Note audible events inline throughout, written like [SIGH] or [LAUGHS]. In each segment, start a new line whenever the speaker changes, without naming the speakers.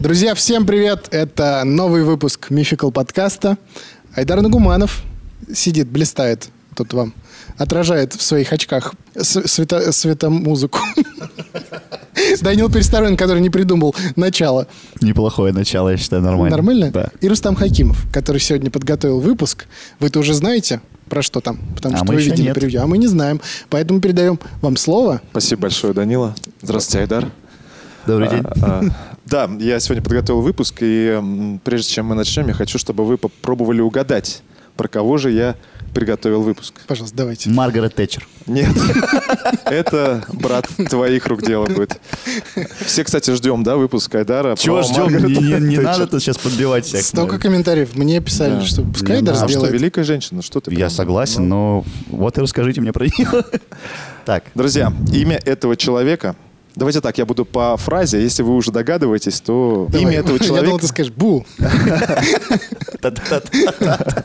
Друзья, всем привет! Это новый выпуск Мификал подкаста. Айдар Нагуманов сидит, блистает тут вам, отражает в своих очках с- свето- светомузыку. [LAUGHS] Данил Пересторонин, который не придумал начало.
Неплохое начало, я считаю, нормально.
Нормально?
Да.
И Рустам Хакимов, который сегодня подготовил выпуск. Вы-то уже знаете, про что там, потому
А
что
мы
вы
еще
видели
нет.
превью, а мы не знаем. Поэтому передаем вам слово.
Спасибо большое, Данила. Здравствуйте, Айдар.
Добрый день.
А, а, Да, я сегодня подготовил выпуск, и м, прежде чем мы начнем, я хочу, чтобы вы попробовали угадать, про кого же я приготовил выпуск.
Пожалуйста, давайте.
Маргарет Тэтчер.
Нет, [LAUGHS] это, брат, твоих рук дело будет. Все, кстати, ждем, да, выпуск Айдара. про
Чего ждем?
Маргарет
Не, не- не
Тэтчер.
надо тут сейчас подбивать всех.
Столько комментариев. Мне писали,
Да.
что пускай
Не
Айдар
надо.
А что,
сделает.
великая женщина, что ты?
Я
прям?
согласен,
Ну,
но вот и расскажите мне про нее. Так,
Друзья, имя этого человека... Давайте так, я буду по фразе, если вы уже догадываетесь, то
Давай.
[LAUGHS]
имя этого
[LAUGHS] Я думал,
человека...
ты скажешь «Бу».
Та-та-та-та.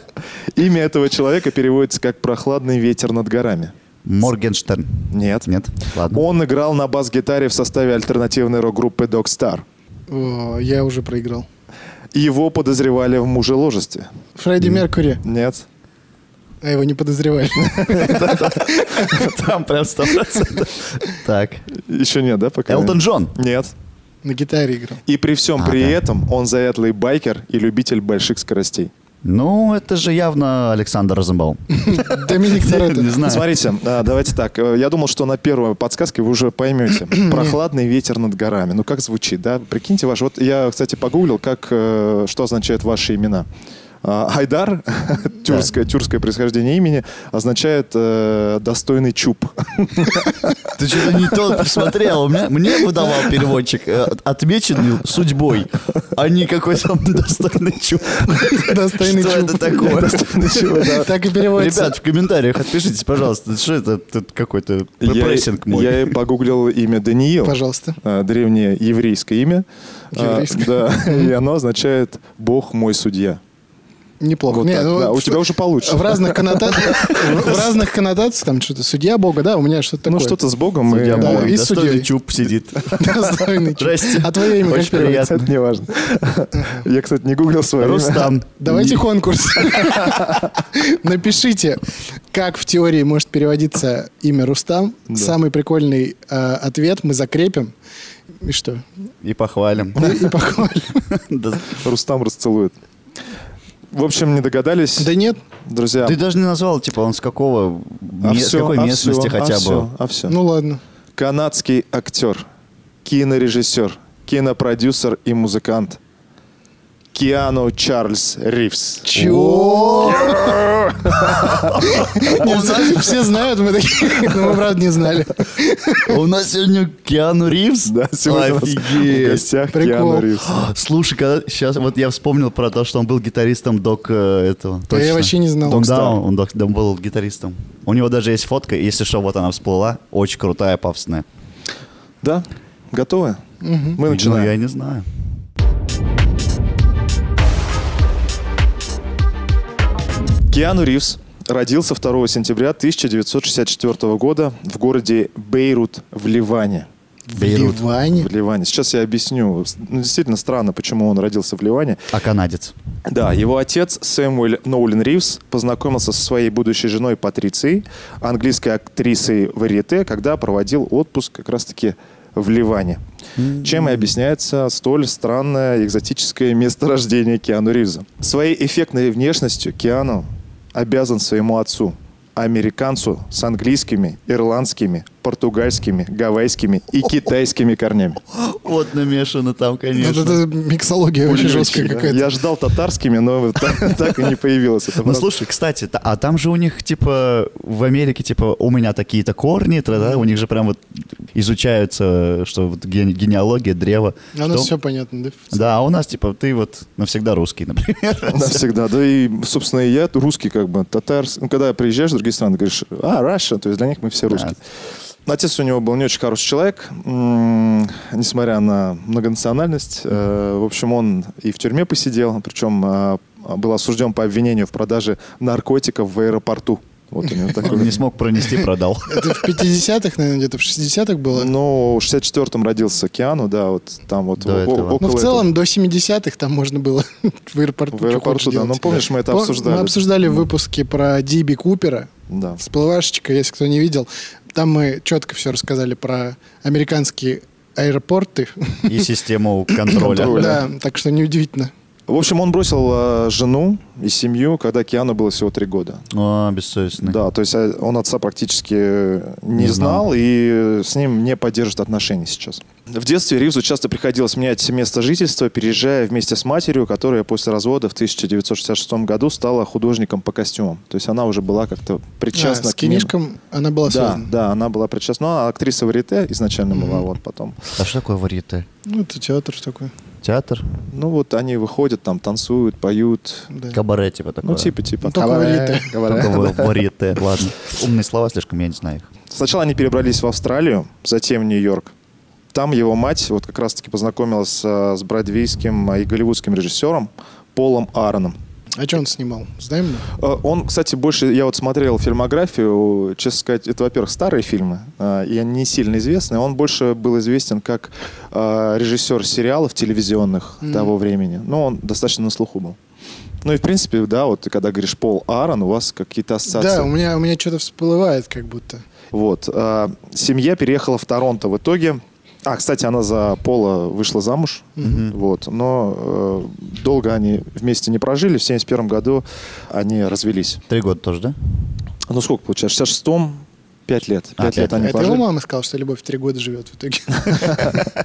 Имя этого человека переводится как «прохладный ветер над горами».
Моргенштерн.
Нет.
Нет? Ладно.
Он играл на бас-гитаре в составе альтернативной рок-группы Dog Star.
О, Я уже проиграл.
Его подозревали в мужеложестве.
Фредди Меркури.
Нет.
А его не подозревали. [LAUGHS]
Там прям 100%. Так.
Еще нет, да, пока?
Элтон Джон.
Нет.
На гитаре играл.
И при всем
А,
при
да.
этом он заядлый байкер и любитель больших скоростей.
Ну, это же явно Александр Розенбаум.
Доминик Торетто.
Не знаю.
Смотрите, а, давайте так. э, Я думал, что на первой подсказке вы
[CLEARS THROAT]
уже поймете. Прохладный ветер над горами. Ну, как звучит, да? Прикиньте ваш... Вот я, кстати, погуглил, как, э, что означают ваши имена. А, Айдар, [LAUGHS] тюркское, тюркское происхождение имени, означает э, «достойный чуб».
Ты что-то не то посмотрел. У меня- Мне выдавал переводчик. э, Отмечен судьбой, а не какой-то [LAUGHS] недостойный чуб.
Достойный
Что
чуб.
это такое?
Так и переводится.
Ребят, в комментариях отпишитесь, пожалуйста, что это, тут какой-то
Я-
прессинг мой.
Я и погуглил имя Даниил.
Пожалуйста.
А, Древнее еврейское имя. А,
Еврейское. [LAUGHS]
Да, и оно означает «Бог мой судья».
Неплохо.
Вот
Не,
так,
ну,
да, у
в-
тебя уже получше.
В разных
[LAUGHS]
коннотациях, в разных коннотациях, там что-то, судья бога, да, у меня что-то такое.
Ну, что-то с Богом. и-
Судья
Да,
мой,
и
достойный
судьей.
чуб сидит.
[LAUGHS] Достойный чуб.
Здрасте.
А твое имя как
Очень
переводится?
приятно.
Это не важно. Я, кстати, не гуглил свое имя.
Рустам.
Давайте конкурс. [LAUGHS] Напишите, как в теории может переводиться имя Рустам.
Да.
Самый прикольный э, ответ мы закрепим. И что?
И похвалим.
И похвалим.
[LAUGHS] Да.
Рустам расцелует. В общем, не догадались,
Да нет.
друзья.
Ты даже не назвал, типа, он с какого,
А
ме- с
всё,
какой
а
местности
всё, а
хотя бы.
всё, а всё.
Ну ладно.
Канадский актер, кинорежиссер, кинопродюсер и музыкант. Киану Чарльз Ривз.
Чего?
[LAUGHS]
Все знают, мы такие, [LAUGHS] но мы правда не знали.
А У нас сегодня Киану Ривз?
Да, сегодня у нас в
Офигеть.
гостях
Прикол.
Киану Ривз.
Слушай, когда, сейчас вот я вспомнил про то, что он был гитаристом док э, этого.
Да я
точно.
вообще не знал.
Он,
Док
да,
Стар.
он, док- да, был гитаристом. У него даже есть фотка, если что, вот она всплыла. Очень крутая, пафосная.
Да? Готовы? Мы
Ну, я
начинаем.
не знаю.
Киану Ривз родился 2 сентября 1964 года в городе Бейрут в Ливане.
В
Бейрут.
Ливане?
В Ливане. Сейчас я объясню. С- ну, действительно странно, почему он родился в Ливане.
А канадец.
Да, его отец Сэмуэль Ноулин Ривз познакомился со своей будущей женой Патрицией, английской актрисой варьете, когда проводил отпуск как раз-таки в Ливане. Чем и объясняется столь странное экзотическое месторождение Киану Ривза. Своей эффектной внешностью Киану обязан своему отцу, американцу с английскими, ирландскими, португальскими, гавайскими и китайскими корнями.
Вот намешано там,
Ну, Вот
конечно.
это миксология очень жесткая
Да.
какая-то.
Я ждал татарскими, но вот так, так и не появилось. Это
Ну
правда.
слушай, кстати, та- а там же у них типа в Америке типа у меня такие-то корни, тра- да, у них же прям вот изучаются, что вот ген- генеалогия, древо.
А ну
Что-
все понятно, да?
Да, а у нас типа ты вот навсегда русский, например.
навсегда. Да и, собственно, и я русский как бы, татар. Ну, когда приезжаешь в другие страны, говоришь, а, Раша, то есть для них мы все русские. Отец у него был не очень хороший человек, м, несмотря на многонациональность. Э, В общем, он и в тюрьме посидел, причем э, был осужден по обвинению в продаже наркотиков в аэропорту Вот у него такой.
Он не смог пронести, продал.
Это в 50-х, наверное, где-то в 60-х было.
Ну, в 64-м родился Киану, да, вот там вот
До
о-
этого.
о- около
Ну, в целом,
этого.
до 70-х там можно было [LAUGHS] в аэропорту,
В аэропорту, да. Ну, помнишь, мы это обсуждали.
Мы обсуждали в выпуске про Диби Купера,
Да.
всплывашечка, если кто не видел. Там мы четко все рассказали про американские аэропорты.
И систему контроля.
Контроль.
Да, так что неудивительно.
В общем, он бросил э, жену и семью, когда Киану было всего три года.
О, Ну, бессовестный.
Да, то есть э, он отца практически э, не,
Не
знал,
знал.
и э, с ним не поддержит отношения сейчас. В детстве Ривзу часто приходилось менять место жительства, переезжая вместе с матерью, которая после развода в 1966 году стала художником по костюмам. То есть она уже была как-то причастна
А, с
к ним.
кинишком она была
Да,
связана.
да, она была причастна. Ну, она актриса варите изначально была, вот потом.
А что такое варьете?
Ну, это театр такой.
Театр?
Ну вот они выходят, там танцуют, поют.
Да.
Кабаре типа такое?
Ну типа, типа.
Ну, только
«Кабаре,
варьете».
кабаре».
Только ва- варьете. Ладно. Умные слова слишком, я не знаю их.
Сначала они перебрались в Австралию, затем в Нью-Йорк. Там его мать вот как раз-таки познакомилась э, с бродвейским э, и голливудским режиссером Полом Аароном.
А что он снимал? Знаем мы?
Э, Он, кстати, больше, я вот смотрел фильмографию, честно сказать, это, во-первых, старые фильмы, э, и они не сильно известны. Он больше был известен как э, режиссер сериалов телевизионных
Мгм.
того времени. Но он достаточно на слуху был. Ну и, в принципе, да, вот ты когда говоришь Пол Аарон, у вас какие-то ассоциации.
Да, у меня, у меня что-то всплывает как будто.
Вот. э, Семья переехала в Торонто в итоге. А, кстати, она за Пола вышла замуж. Вот. Но э, долго они вместе не прожили. В 71 году они развелись.
Три года тоже, да?
Ну, сколько получается? В 66-м 5 лет.
А,
5 лет
пять
они
это его
прожили.
мама сказала, что любовь три года живет в итоге. [LAUGHS]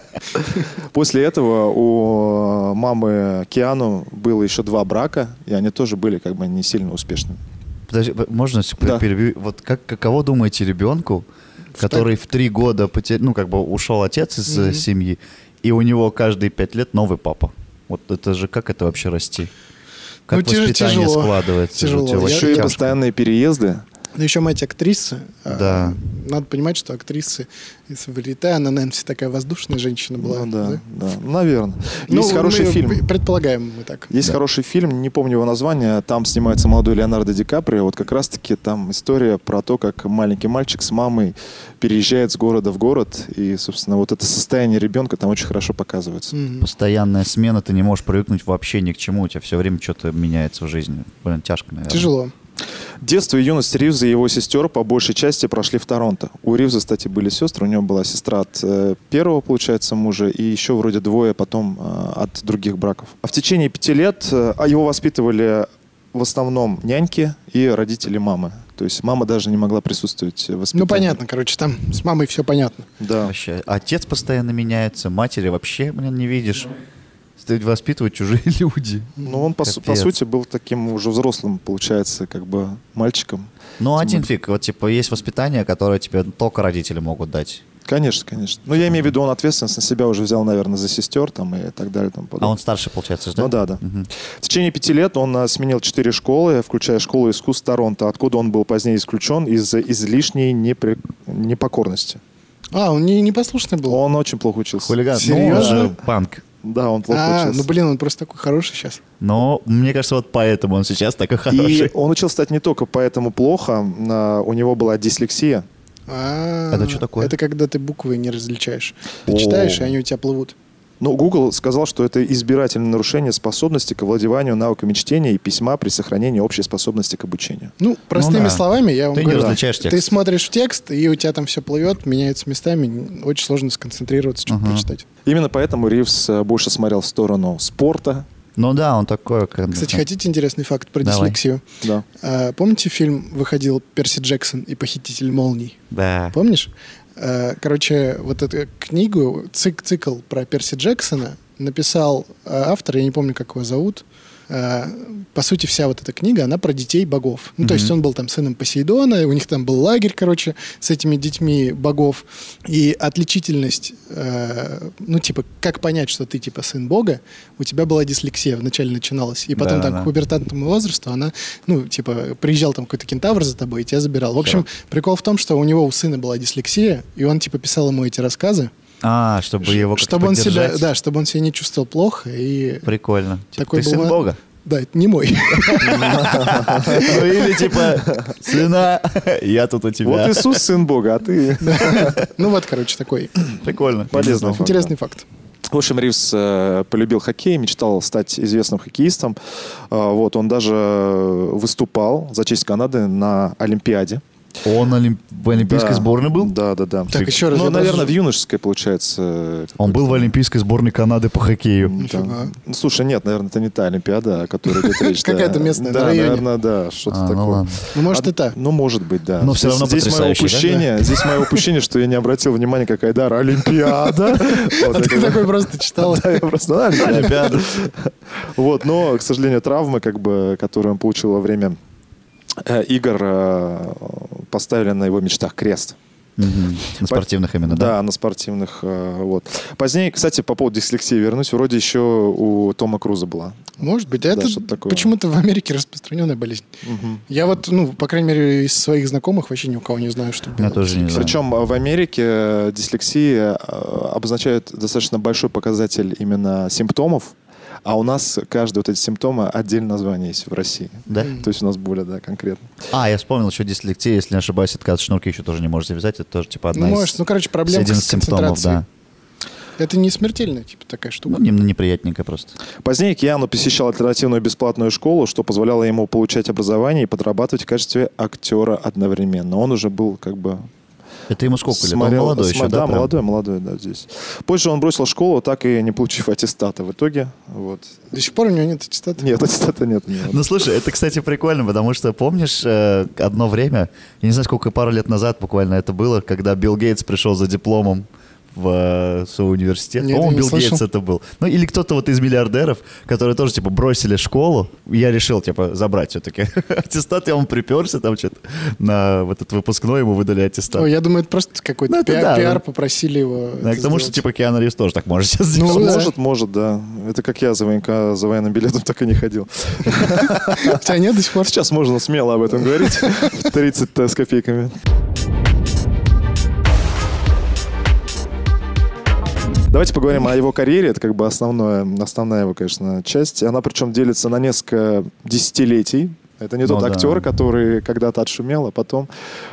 После этого у мамы Киану было еще два брака, и они тоже были как бы не сильно успешными.
Подожди, п- можно с-
Да.
перебью? Вот как, каково думаете ребенку, который в три года потерял, ну, как бы ушел отец из э,
Мгм.
семьи, и у него каждые пять лет новый папа? Вот это же как это вообще расти? Как
Ну, тяж-
воспитание
тяжело.
складывается?
Тяжело.
Это очень
Я-
Еще и
тяжко.
постоянные переезды.
Но еще мать актриса. а,
Да.
Надо понимать, что актрисы из Валита, она, наверное, все такая воздушная женщина была.
Ну да, да. Наверное.
Ну,
Есть хороший
мы
фильм.
Предполагаем мы так.
Есть хороший фильм, не помню его название, там снимается молодой Леонардо Ди Каприо, вот как раз-таки там история про то, как маленький мальчик с мамой переезжает с города в город, и, собственно, вот это состояние ребенка там очень хорошо показывается.
Мгм.
Постоянная смена, ты не можешь привыкнуть вообще ни к чему, у тебя все время что-то меняется в жизни. Блин, тяжко, наверное.
Тяжело.
Детство и юность Ривза и его сестер по большей части прошли в Торонто. У Ривза, кстати, были сестры, у него была сестра от э, первого, получается, мужа, и еще вроде двое потом э, от других браков. А в течение пяти лет э, а его воспитывали в основном няньки и родители мамы. То есть мама даже не могла присутствовать в воспитании.
Ну, понятно, короче, там с мамой все понятно.
Да.
Вообще, отец постоянно меняется, матери вообще, блин, не видишь. Ты воспитывать чужие [LAUGHS] люди.
Ну, он, по, су- по
Капец.
сути, был таким уже взрослым, получается, как бы мальчиком.
Ну, один фиг. Вот, типа, есть воспитание, которое тебе только родители могут дать.
Конечно, конечно. Ну, я имею в виду, он ответственность на себя уже взял, наверное, за сестер там и так далее. Там,
А он старше, получается, же, да?
Ну да, да.
Мгм.
В течение пяти лет он а, сменил четыре школы, включая школу искусств Торонто, откуда он был позднее исключен из-за излишней непри- непокорности.
А, он не, непослушный был.
Он очень плохо учился.
Хулиган.
Серьезно?
Ну, он же панк.
Да, он плохо
а,
учился.
ну блин, он просто такой хороший сейчас.
Но мне кажется, вот поэтому он сейчас такой хороший.
И он учился, кстати, не только поэтому плохо, а, у него была дислексия.
А,
Это чё такое?
Это когда ты буквы не различаешь. Ты
О.
читаешь, и они у тебя плывут.
Ну, Google сказал, что это избирательное нарушение способности к овладеванию навыками чтения и письма при сохранении общей способности к обучению.
Ну, простыми
да.
словами, я вам
Ты не
говорю,
различаешь
ты
текст.
смотришь в текст, и у тебя там все плывет, меняется местами, очень сложно сконцентрироваться, что-то
Ага.
прочитать.
Именно поэтому Ривз э, больше смотрел в сторону спорта.
Ну да, он такой. Как...
Кстати, хотите интересный факт про
Давай.
дислексию?
Да.
А, помните фильм выходил Перси Джексон и похититель молний?
Да.
Помнишь? А, Короче, вот эту книгу, цик цикл про Перси Джексона написал а, автор, я не помню, как его зовут. А, По сути, вся вот эта книга, она про детей богов. Ну, то есть он был там сыном Посейдона, у них там был лагерь, короче, с этими детьми богов. И отличительность, э, ну, типа, как понять, что ты, типа, сын бога, у тебя была дислексия, вначале начиналась. И потом там
Да-да-да.
к пубертантному возрасту она, ну, типа, приезжал там какой-то кентавр за тобой и тебя забирал. В общем, прикол в том, что у него у сына была дислексия, и он типа писал ему эти рассказы,
А, чтобы его как-то
чтобы он себя,
поддержать.
да, чтобы он себя не чувствовал плохо и
Прикольно. Типа,
Такой
ты
был
сын
ва-
Бога.
Да, это не
[LAUGHS]
мой.
Ну или типа, сына, я тут у тебя.
Вот Иисус, сын Бога, а ты...
Ну вот, короче, такой
Прикольно.
Полезно. Факт,
интересный факт.
В общем, Ривз э, полюбил хоккей, мечтал стать известным хоккеистом. Э, вот, он даже выступал за честь Канады на Олимпиаде.
Он олимп- в олимпийской
Да.
сборной был?
Да, да, да.
Так, еще раз.
ну,
я даже-
наверное, в юношеской, получается. э,
Он был в олимпийской сборной Канады по хоккею.
там.
Нифига.
Ну, Слушай, нет, наверное, это не та Олимпиада, о
[LAUGHS]
которой идет речь. да.
Какая-то местная,
Да,
на районе.
наверное, да, что-то
А, ну
такое.
ладно.
Ну, может, и
[LAUGHS]
та.
Ну, может быть, да.
Но всё
Здесь-
равно
здесь мое
потрясающе, да?
упущение, Здесь мое упущение, что я не обратил внимания, какая дар Олимпиада. [LAUGHS] Вот,
А
я
ты
как бы-
такой просто читал.
[LAUGHS]
[LAUGHS]
Да, я просто, «Да, Олимпиада».
Олимпиада.
[LAUGHS] Вот, но, к сожалению, травмы, как бы, которые он получил во время э, игр, э, поставили на его мечтах крест.
Мгм. На спортивных именно, да?
Да, на спортивных. э, Вот. Позднее, кстати, по поводу дислексии вернусь, вроде еще у Тома Круза была.
Может быть, а это
что-то такое.
почему-то в Америке распространенная болезнь. Я вот, ну, по крайней мере, из своих знакомых вообще ни у кого не знаю, что
Я
было. Ну,
тоже не знаю.
Причем в Америке э, дислексия э, обозначает достаточно большой показатель именно симптомов, а у нас каждый вот эти симптомы отдельное название есть в России.
Да?
То есть у нас более, да, конкретно.
А, я вспомнил, что дислексия, если не ошибаюсь, отказ от шнурки еще тоже не может завязать. Это тоже типа
Ну,
одна из,
может, ну, короче,
из
проблема с
11 симптомов,
концентрацией.
да.
Это не смертельная, типа, такая штука.
Ну, немного неприятненько просто.
Позднее Киану посещал альтернативную бесплатную школу, что позволяло ему получать образование и подрабатывать в качестве актера одновременно. Он уже был как бы
Это ему сколько лет?
С
Он
мало-
молодой
с
еще,
мо-
да?
Да,
прям?
молодой, молодой, да, здесь. Позже он бросил школу, так и не получив аттестата в итоге. Вот.
До сих пор у него нет аттестата.
Нет, аттестата нет. у него.
Ну, слушай, это, кстати, прикольно, потому что, помнишь, э, одно время, я не знаю, сколько, пару лет назад буквально это было, когда Билл Гейтс пришел за дипломом в э, свой университет.
Нет, я
По-моему,
не
Билл
слышал.
Гейтс это был. Ну, или кто-то вот из миллиардеров, которые тоже, типа, бросили школу. Я решил, типа, забрать все-таки [LAUGHS] аттестат. Я он приперся там что-то на вот этот выпускной, ему выдали аттестат.
Ой, Ну, я думаю, это просто какой-то
Ну, это
пиар,
да,
пиар
ну.
попросили его.
Да,
это
к тому,
сделать.
что, типа, Киану Ривз тоже так может сейчас
Ну,
сделать.
Ну,
да.
может, может, да. Это как я за, военка- за военным билетом так и не ходил.
У тебя нет до
[LAUGHS]
сих пор?
Сейчас можно смело об этом говорить. В 30 с копейками. Давайте поговорим о его карьере. Это как бы основное, основная его, конечно, часть. Она причем делится на несколько десятилетий. Это не
Ну
тот
да.
актер, который когда-то отшумел, а потом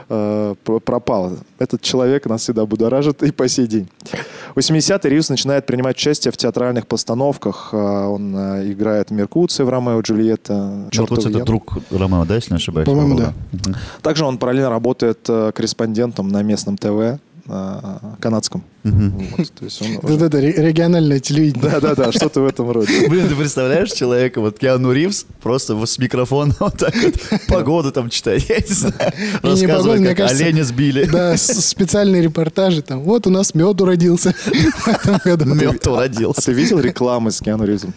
э, пр- пропал. Этот человек нас всегда будоражит и по сей день. В 80-е Ривз начинает принимать участие в театральных постановках. Э, Он э, играет Меркуция в Ромео и Джульетта.
Ну, вот
«Чёртова
это
Вена».
друг Ромео, да, если не ошибаюсь?
По-моему,
был,
да.
Мгм.
Также он параллельно работает э, корреспондентом на местном ТВ э, канадском.
Мгм.
Вот, то есть он уже-
Да-да-да, ре- региональное телевидение.
Да-да-да, что-то в этом роде.
Блин, ты представляешь человека, вот Киану Ривз, просто вот с микрофона вот так вот погоду там читает, я не знаю,
И не погода,
рассказывает,
мне
как
кажется,
оленя сбили,
Да, с- специальные репортажи там. Вот у нас мед уродился [LAUGHS] в этом году.
[LAUGHS] мед
А
уродился.
ты видел рекламы с Киану Ривзом?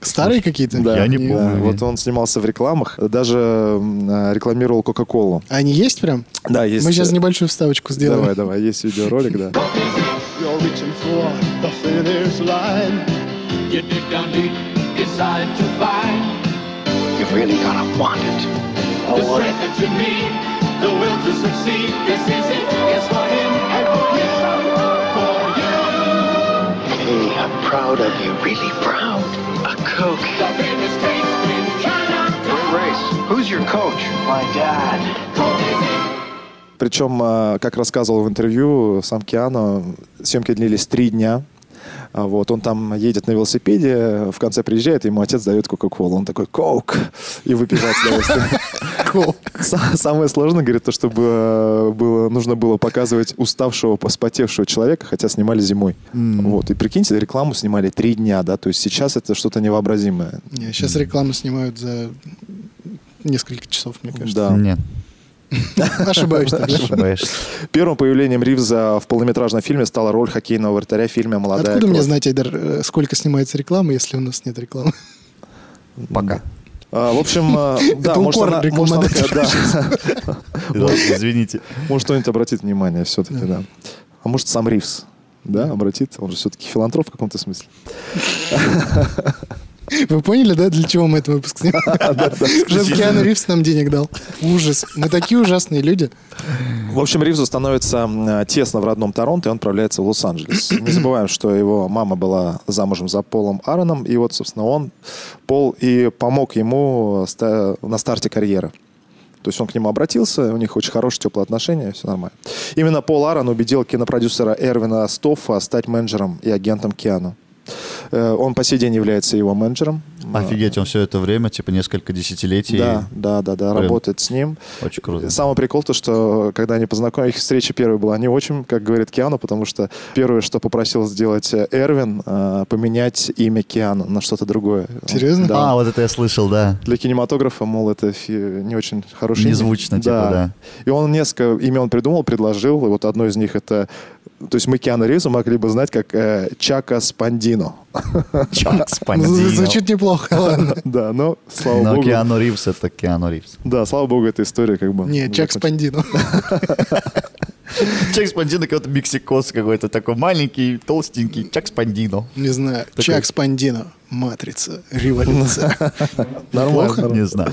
Старые какие-то?
Да.
Я не
Да,
помню.
вот он снимался в рекламах, даже м, э, рекламировал Кока-Колу.
А Они есть прям?
Да, есть. э,
Мы
э,
сейчас небольшую вставочку
Давай,
сделаем.
давай, есть видеоролик, да.
You're reaching for the finish line.
You dig down deep inside to find
You've really gotta want it.
the strength that you need, the will to succeed. This is it. It's for him and for you. For you,
Hey, I'm proud of you, really proud. A Coke.
the biggest taste in Chinatown.
Race. Who's your coach? My dad.
Причем, э, как рассказывал в интервью сам Киану, съемки длились три дня. А Вот, он там едет на велосипеде, в конце приезжает, ему отец дает Кока-Колу. Он такой, Коук! И выпивает с удовольствием. Са- Самое сложное, говорит, то, чтобы э, было, нужно было показывать уставшего, поспотевшего человека, хотя снимали зимой. Вот, и прикиньте, рекламу снимали три дня, да, то есть сейчас это что-то невообразимое.
Сейчас рекламу снимают за несколько часов, мне кажется.
Да.
Нет,
Ошибаюсь. тогда.
ошибаешься.
Первым появлением Ривза в полнометражном фильме стала роль хоккейного вратаря в фильме «Молодая
Откуда мне
кровь».
знать, Айдар, э, сколько снимается рекламы, если у нас нет рекламы?
Пока.
А, В общем, э,
[LAUGHS]
да,
Это
может,
укор
она- может, она-
рекламодателю
да.
[LAUGHS]
[LAUGHS]
Да, Извините.
Может, кто-нибудь обратит внимание все-таки, да. А может, сам Ривз, да, обратит. Он же все-таки филантроп в каком-то смысле.
[LAUGHS] Вы поняли, да, для чего мы этот выпуск
[LAUGHS]
снимаем? Чтобы Киану Ривз нам денег дал. Ужас. Мы такие ужасные люди.
В общем, Ривзу становится м, тесно в родном Торонто, и он отправляется в Лос-Анджелес. Не забываем, что его мама была замужем за Полом Аароном, и вот, собственно, он, Пол, и помог ему ста- на старте карьеры. То есть он к нему обратился, у них очень хорошие, теплые отношения, все нормально. Именно Пол Аарон убедил кинопродюсера Эрвина Стоффа стать менеджером и агентом Киану. Э, Он по сей день является его менеджером.
Офигеть, он все это время, типа несколько десятилетий.
Да, да, да, да,
Блин.
работает с ним.
Очень круто.
Самый прикол то, что когда они познакомились, их встреча первая была не очень, как говорит Киану, потому что первое, что попросил сделать э, Эрвин, э, поменять имя Киану на что-то другое.
Серьезно?
Да.
А, вот это я слышал, да.
Для кинематографа, мол, это фи- не очень хорошее
Незвучно,
имя.
типа, да.
И он несколько имен придумал, предложил. И вот одно из них это... То есть мы Киану Ривза могли бы знать как э, Чака Спандино. [LAUGHS]
Чак
З-
Спандино.
Звучит
[LAUGHS]
неплохо, ладно.
Да, но, слава
Но
богу...
Киану Ривз это Киану Ривз.
Да, слава богу, эта история как бы...
Не, Чак
закончилась.
Спандино.
Чак Спандино какой-то мексикос какой-то такой маленький, толстенький. Чак Спандино.
Не знаю. Чак Спандино. Матрица. Революция.
Нормально.
Не знаю.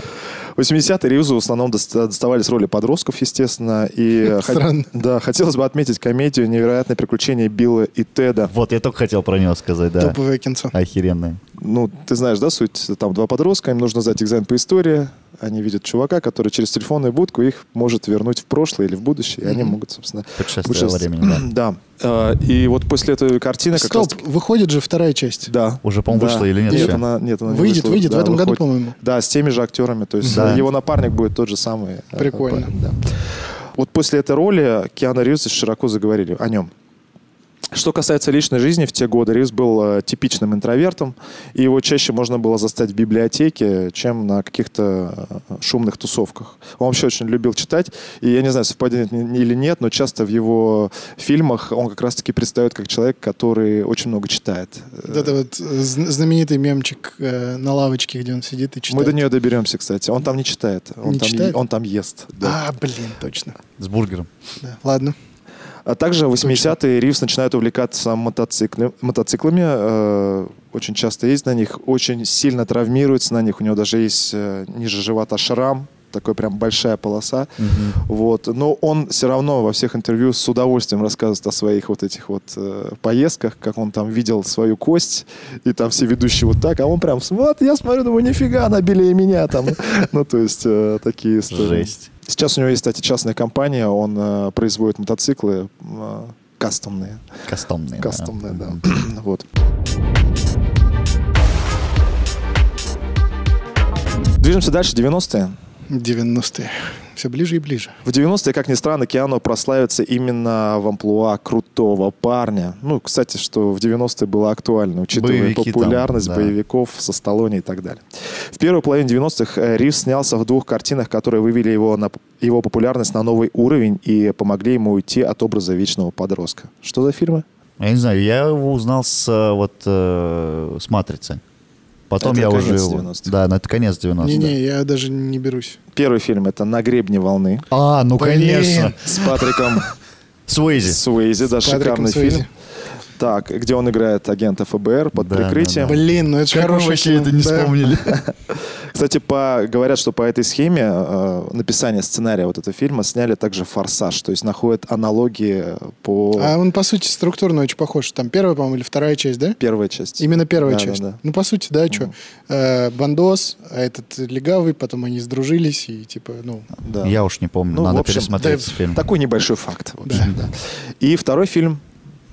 80-е Ривзу в основном доста- доставались роли подростков, естественно. И хот-
Странно.
Да, хотелось бы отметить комедию «Невероятные приключения Билла и Теда».
Вот, я только хотел про него сказать, [LAUGHS] да. А
Топовое кинцо.
Охеренная.
Ну, ты знаешь, да, суть? Там два подростка, им нужно сдать экзамен по истории. Они видят чувака, который через телефонную будку их может вернуть в прошлое или в будущее. И они могут, собственно...
Путешествие во
путешествовать.
времени,
[CLEARS THROAT] да. Э, И вот после этой картины как раз...
Стоп, выходит же вторая часть.
Да.
Уже, по-моему,
Да.
вышла или нет
Нет,
еще?
она, нет, она не
Выйдет,
вышла.
выйдет, в
Да,
этом году,
выходит.
по-моему.
Да, с теми же актерами. То есть э,
Да.
его напарник будет тот же самый. э,
Прикольно.
парень, да. Вот после этой роли Киану Ривз широко заговорили о нем. Что касается личной жизни, в те годы Ривз был э, типичным интровертом, и его чаще можно было застать в библиотеке, чем на каких-то э, шумных тусовках. Он вообще очень любил читать, и я не знаю, совпадение это не- или нет, но часто в его фильмах он как раз-таки предстает как человек, который очень много читает.
Вот это вот э, зн- знаменитый мемчик э, на лавочке, где он сидит и
Мы
читает.
до нее доберемся, кстати. Он там не читает. Он,
Не
там,
читает?
он там ест. Да.
А, блин, точно.
С бургером.
Да. Ладно.
А также в 80-е Ривз начинает увлекаться мотоциклы- мотоциклами. э, очень часто ездит на них. Очень сильно травмируется на них. У него даже есть э, ниже живота шрам. Такой прям большая полоса. Вот. Но он все равно во всех интервью с удовольствием рассказывает о своих вот этих вот э, поездках, как он там видел свою кость, и там все ведущие вот так, а он прям, вот, я смотрю, думаю, нифига, набили и меня там. [LAUGHS] Ну, то есть, э, такие истории.
Жесть.
Сейчас у него есть, кстати, частная компания, он э, производит мотоциклы э, кастомные.
Кастомный. да.
Кастомные, да. [CLEARS THROAT] вот. Движемся дальше, 90-е.
90-е. Все ближе и ближе.
В 90-е, как ни странно, Киану прославится именно в амплуа крутого парня. Ну, кстати, что в 90-е было актуально, учитывая
Боевики там,
популярность
да.
боевиков со Сталлоне и так далее. В первой половине 90-х э, Ривз снялся в двух картинах, которые вывели его, на, п- его популярность на новый уровень и помогли ему уйти от образа вечного подростка. Что за фильмы?
Я не знаю, я его узнал с э, вот э, с матрицы. Потом
Это
я
конец
уже. его-
90-х.
Да, на это конец 90-х.
Не-не, я даже не берусь.
Первый фильм — это «На гребне волны»
А, ну
Блин.
конечно.
с
[LAUGHS]
Патриком
Суэйзи.
Суэйзи, да,
Патриком
шикарный
Суэйзи.
фильм. Так, где он играет агента ФБР под
Да, да,
прикрытием.
да.
Блин, ну это же
Как мы
хороший
вообще
фильм,
это не
да. [LAUGHS]
вспомнили?
Кстати, по, говорят, что по этой схеме э, написание сценария вот этого фильма сняли также «Форсаж», то есть находят аналогии э, по
А он, по сути, структурно очень похож. Там первая, по-моему, или вторая часть, да?
первой части.
Именно первая
Да, да,
часть.
да.
Ну, по сути, да, что? Бандос, а этот легавый, потом они сдружились, и типа, ну,
Да.
Я уж не помню,
Ну, в
надо
общем,
пересмотреть
да,
фильм.
Такой небольшой факт. в общем, да. И второй фильм,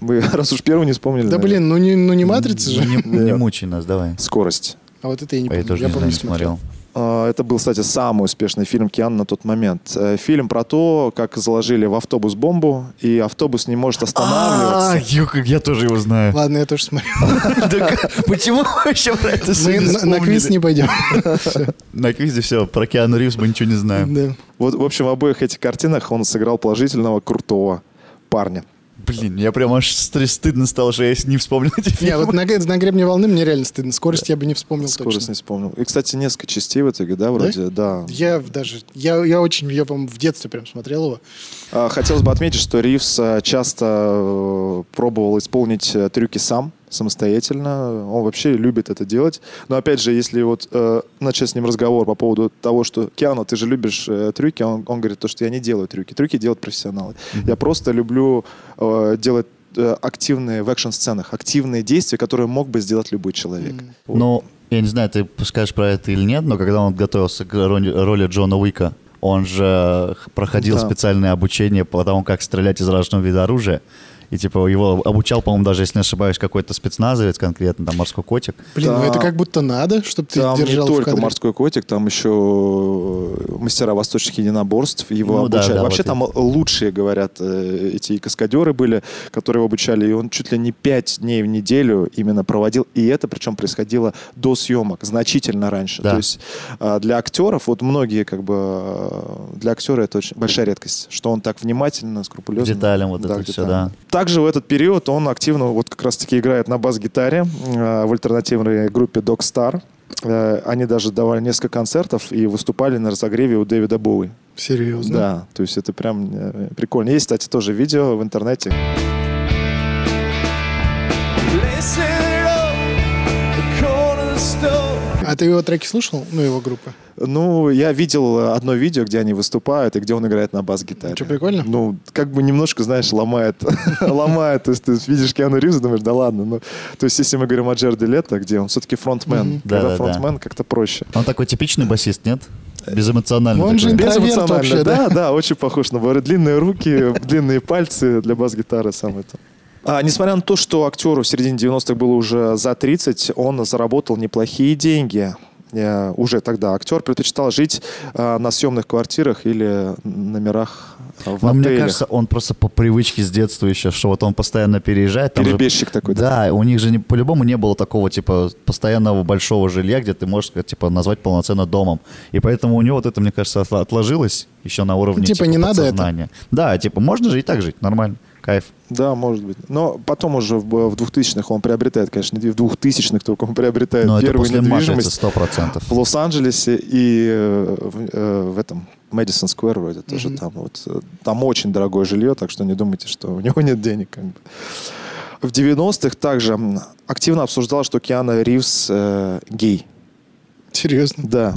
вы [LAUGHS] раз уж первый не вспомнили.
да
наверное.
блин, ну не, ну не матрица же.
Не, не мучай нас, давай.
«Скорость».
А вот это я не
Я
помню.
тоже
я
не знаю,
помню,
не смотрел.
Э, Это был, кстати, самый успешный фильм Киану на тот момент. Э, Фильм про то, как заложили в автобус бомбу, и автобус не может
А,
останавливаться.
ё, как я тоже его знаю.
Ладно, я тоже смотрел.
[LAUGHS] Да как- Почему мы вообще про это
Мы
сегодня
на, на квиз
вспомнили?
не пойдем.
На квизе все, про Киану Ривз мы ничего не знаем.
[LAUGHS] Да.
Вот, в общем, в обоих этих картинах он сыграл положительного, крутого парня.
Блин, я прям аж стр- стыдно стало, что я с- не вспомнил эти
Не, а
фильмы.
вот на, г- на гребне волны мне реально стыдно. Скорость я бы не вспомнил
Скорость
Ну, точно.
не вспомнил. И, кстати, несколько частей в итоге, да, вроде, да.
Я в- даже, я, я очень, я, по-моему, в детстве прям смотрел его.
А, Хотелось бы отметить, что Ривз э, часто э, пробовал исполнить э, трюки сам. самостоятельно. Он вообще любит это делать. Но опять же, если вот э, начать с ним разговор по поводу того, что Киану, ты же любишь э, трюки, он, он говорит то, что я не делаю трюки. Трюки делают профессионалы. Я просто люблю э, делать э, активные в экшн-сценах, активные действия, которые мог бы сделать любой человек. Вот.
Ну, я не знаю, ты скажешь про это или нет, но когда он готовился к роли, роли Джона Уика, он же проходил
Да.
специальное обучение по тому, как стрелять из разного вида оружия. И типа его обучал, по-моему, даже, если не ошибаюсь, какой-то спецназовец конкретно, там морской котик.
Блин, ну
Да.
это как будто надо, чтобы ты
Там не
держал в
только
кадре.
морской котик, там еще э, мастера восточных единоборств его
Ну да,
обучали.
да,
Вообще
вот
там лучшие, говорят, э, эти каскадеры были, которые его обучали. И он чуть ли не пять дней в неделю именно проводил. И это причем происходило до съемок, значительно раньше.
Да.
То есть а, для актеров, вот многие как бы... э, Для актера это очень большая редкость, что он так внимательно,
К
скрупулезно.
деталям вот
Да,
это
к
все,
деталям.
да.
Также в этот период он активно вот как раз-таки играет на бас-гитаре э, в альтернативной группе Dog Star. Э, Они даже давали несколько концертов и выступали на разогреве у Дэвида Боуи.
Серьезно.
Да, то есть это прям э, прикольно. Есть, кстати, тоже видео в интернете.
А ты его треки слушал? Ну, его группы.
Ну, я видел э, одно видео, где они выступают и где он играет на бас-гитаре.
Чё, прикольно?
Ну, как бы немножко, знаешь, ломает. [LAUGHS] ломает. То есть ты видишь Киану Ривза, думаешь, да ладно. Ну, то есть если мы говорим о Джерде Лето, где он все-таки фронтмен. Когда
Да-да-да.
фронтмен, как-то проще.
Он такой типичный басист, нет? Безэмоциональный
Он
такой.
же- Интроверт
Безэмоционально,
вообще, да?
да? Да, очень похож на Бора. Длинные руки, длинные пальцы для бас-гитары самое то. А, несмотря на то, что актеру в середине 90-х было уже за 30, он заработал неплохие деньги. Э, уже тогда актер предпочитал жить э, на съемных квартирах или номерах э, в
Но мне
отелях.
кажется, он просто по привычке с детства еще, что вот он постоянно переезжает. там же-
Перебежчик такой,
Да, у них же не- по-любому не было такого, типа, постоянного большого жилья, где ты можешь, как, типа, назвать полноценно домом. И поэтому у него вот это, мне кажется, отла- отложилось еще на уровне,
Типа, не надо это?
подсознания. Да, типа, можно же и так жить, нормально, кайф.
Да, может быть. Но потом уже в, в 2000-х он приобретает, конечно, не в 2000-х только он приобретает
Но это
первую
после
Э, недвижимость.
«Матрицы» 100%.
в Лос-Анджелесе и э, в, э, в этом Мэдисон Сквер вроде тоже там вот э, там очень дорогое жилье, так что не думайте, что у [LAUGHS] него нет денег. как бы. В 90-х также м, активно обсуждалось, что Киана Ривз э, гей.
Серьезно.
Да.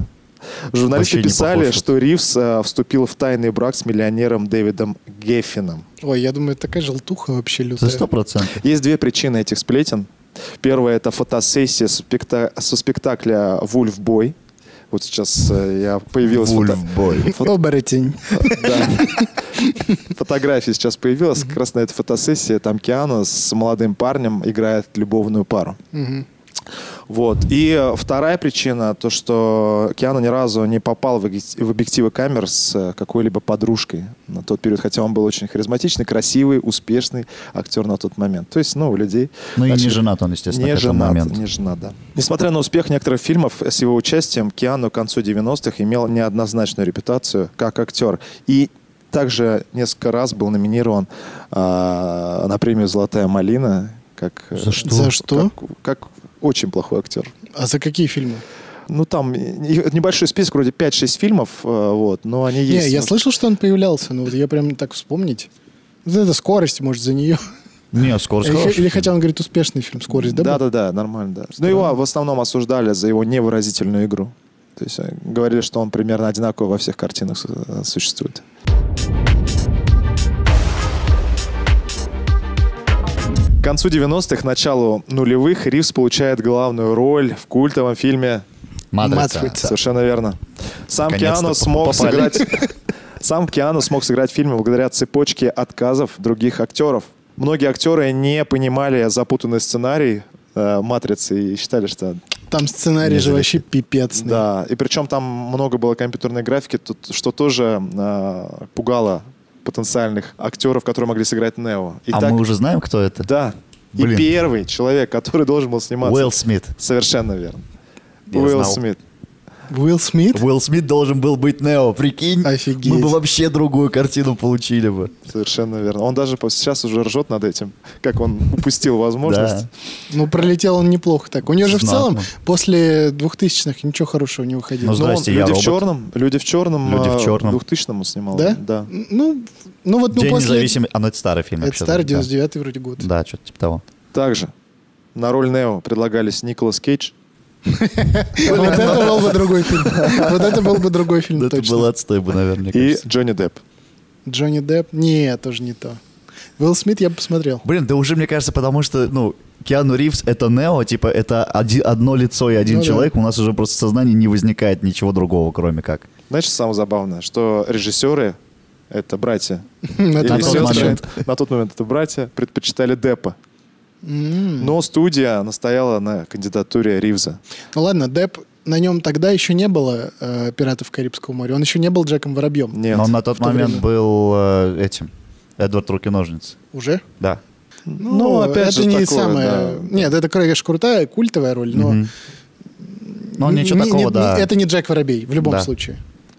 Журналисты
Вообще не
писали,
похож.
что Ривз э, вступил в тайный брак с миллионером Дэвидом Геффином.
Ой, я думаю, это такая желтуха вообще
За
лютая.
100%.
Есть две причины этих сплетен. Первая это фотосессия со, спекта- со спектакля Вульф Бой. Вот сейчас э, я появилась фото-
Вульфбой.
Оборотень.
[LAUGHS]
Да. Фотография сейчас появилась. Как раз на этой фотосессии там Киану с молодым парнем играет любовную пару.
Мгм.
Вот. И э, вторая причина, то, что Киану ни разу не попал в объек- в объективы камер с э, какой-либо подружкой на тот период, хотя он был очень харизматичный, красивый, успешный актер на тот момент. То есть, ну, у людей...
Ну и не
начали-
женат он, естественно,
не
к этому
женат,
моменту.
Не женат, да. Несмотря на успех некоторых фильмов э, с его участием, Киану к концу 90-х имел неоднозначную репутацию как актер. И также несколько раз был номинирован а, на премию «Золотая малина». Как, э,
За что?
За что?
Как, как очень плохой актер.
А за какие фильмы?
Ну, там э, небольшой список, вроде 5-6 фильмов, э, вот, но они есть.
Не, я
Ну,
слышал, что он появлялся, но вот я прям так вспомнить. Вот это скорость, может, за нее.
Не, скоро,
Или,
скоро.
или хотя он говорит успешный фильм «Скорость», да?
Да,
был?
да, да, нормально, да. Но его в основном осуждали за его невыразительную игру. То есть э, говорили, что он примерно одинаково во всех картинах су- э, существует. К концу 90-х, началу нулевых, Ривз получает главную роль в культовом фильме
«Матрица».
Матрица.
Совершенно верно. Сам
Наконец-то
Киану
поп-
смог
попали.
сыграть...
[LAUGHS]
Сам Киану смог сыграть в фильме благодаря цепочке отказов других актеров. Многие актеры не понимали запутанный сценарий э, «Матрицы» и считали, что...
Там сценарий
Не
же вообще пипецный.
Да. И причем там много было компьютерной графики, тут- что тоже э, пугало потенциальных актеров, которые могли сыграть Нео. И
А
так-
мы уже знаем, кто это?
Да. И
Блин.
первый человек, который должен был сниматься...
Уилл Смит.
Совершенно верно.
Я
Уилл
знал.
Смит.
Уилл Смит?
Уилл Смит должен был быть Нео, прикинь.
Офигеть.
Мы бы вообще другую картину получили бы.
Совершенно верно. Он даже по- сейчас уже ржет над этим, как он упустил возможность.
Да.
Ну, пролетел он неплохо так. У него же в целом
Знатно.
после 2000-х ничего хорошего не выходило.
Ну,
Но он-
Здрасте, я
люди в
робот.
черном, люди в черном,
Люди в чёрном.
2000 снимал.
да?
Да.
Ну, ну вот ну,
День
после...
независимости. А, ну это старый фильм.
Это
вообще,
старый,
да.
99-й вроде год.
Да, что-то типа того.
Также На роль Нео предлагались Николас Кейдж.
Вот это был бы другой фильм. Вот это был бы другой фильм,
Ну, Это был
точно.
отстой бы, наверное, мне
И
кажется.
Джонни Депп.
Джонни Депп? Нет, тоже не то. Уилл Смит я бы посмотрел.
Блин, да уже, мне кажется, потому что, ну, Киану Ривз — это Нео, типа, это оди- одно лицо и один
Ну да.
человек. У нас уже просто в сознании не возникает ничего другого, кроме как.
Знаешь, что самое забавное, что режиссеры — это братья.
Это
[LAUGHS]
Или
на
было
тот
сестры.
странно.
момент.
На тот момент это братья предпочитали Деппа.
М.
Но студия настояла на кандидатуре Ривза.
Ну ладно, Депп, на нем тогда еще не было э, «Пиратов Карибского моря». Он еще не был Джеком Воробьем.
Нет.
Но он на тот
то
момент
время.
был э, этим, Эдвард Руки-ножницы.
Уже?
Да.
Ну,
опять
это
же,
не
такое,
самое...
да.
Нет, это, конечно, крутая, культовая роль, но...
Мгм. Но
н-
Ну, ничего
не- не-
такого,
не-
да.
Это не Джек Воробей, в любом
Да.
случае.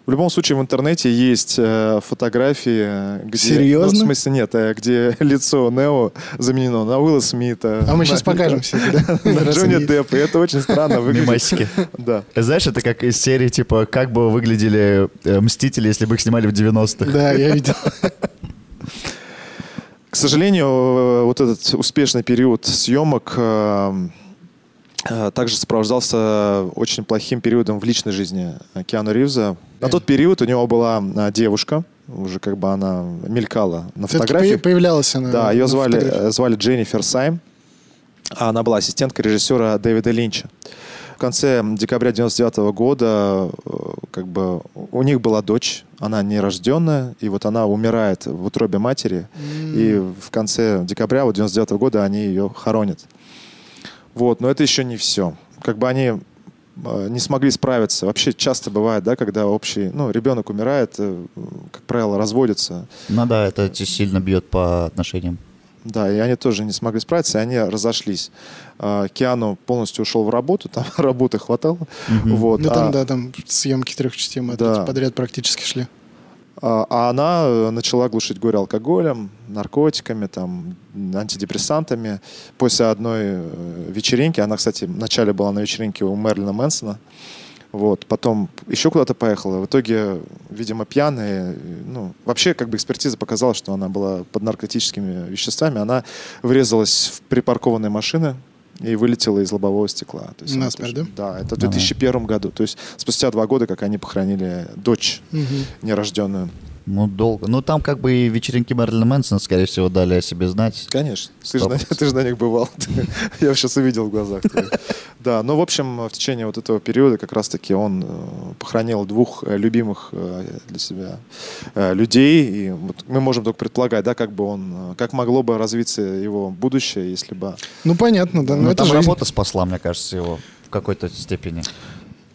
В любом случае в интернете есть э, фотографии, э, где...
Серьезно?
Ну, в смысле нет, э, где [LAUGHS] лицо Нео заменено на Уилла Смита.
А мы
на-
сейчас покажем все
[LAUGHS] На Джонни Деппа. И Это очень странно выглядит.
Мемасики.
Да.
Знаешь, это как из серии, типа, как бы выглядели э, «Мстители», если бы их снимали в 90-х.
Да, я
[LAUGHS]
видел.
К сожалению, э, вот этот успешный период съемок э, э, также сопровождался очень плохим периодом в личной жизни Киану Ривза. На тот период у него была э, девушка, уже как бы она мелькала на
Все-таки
фотографии.
появлялась она.
Да, ее
на
звали,
фотографии.
э, звали Дженнифер Сайм. А Она была ассистентка режиссера Дэвида Линча. В конце декабря 99 года э, как бы, у них была дочь, она нерожденная, и вот она умирает в утробе матери. И в конце декабря вот 99 года они ее хоронят. Вот, но это еще не все. Как бы они э, не смогли справиться. Вообще часто бывает, да, когда общий, ну, ребенок умирает, э, как правило, разводятся.
Ну да, это те- сильно бьет по отношениям.
Да, и они тоже не смогли справиться, и они разошлись. А, Киану полностью ушел в работу, там [LAUGHS] работы хватало. Вот,
Ну
а,
там, да, там съемки трех частей мы
Да.
опять подряд практически шли.
а- а она э, начала глушить горе алкоголем, наркотиками, там, антидепрессантами. После одной э, вечеринки, она, кстати, вначале была на вечеринке у Мерлина Мэнсона, вот, потом еще куда-то поехала. В итоге, видимо, пьяная. э, Ну, вообще, как бы экспертиза показала, что она была под наркотическими веществами. Она врезалась в припаркованные машины и вылетела из лобового стекла. То есть она
Насмерть,
тоже- Да, это в
Ага.
2001 году. То есть спустя два года, как они похоронили дочь
Мгм.
нерожденную.
Ну, долго. Ну, там как бы и вечеринки Мэрилина Мэнсона, скорее всего, дали о себе знать.
Конечно. Ты же,
Сто
на,
процентов.
ты же на них бывал. [LAUGHS] Я сейчас увидел в глазах. твоих. Да, ну, в общем, в течение вот этого периода как раз-таки он э, похоронил двух э, любимых э, для себя э, людей. И вот мы можем только предполагать, да, как бы он, э, как могло бы развиться его будущее, если бы...
Ну понятно, да, но
Но
это
там
жизнь.
работа спасла, мне кажется, его в какой-то степени.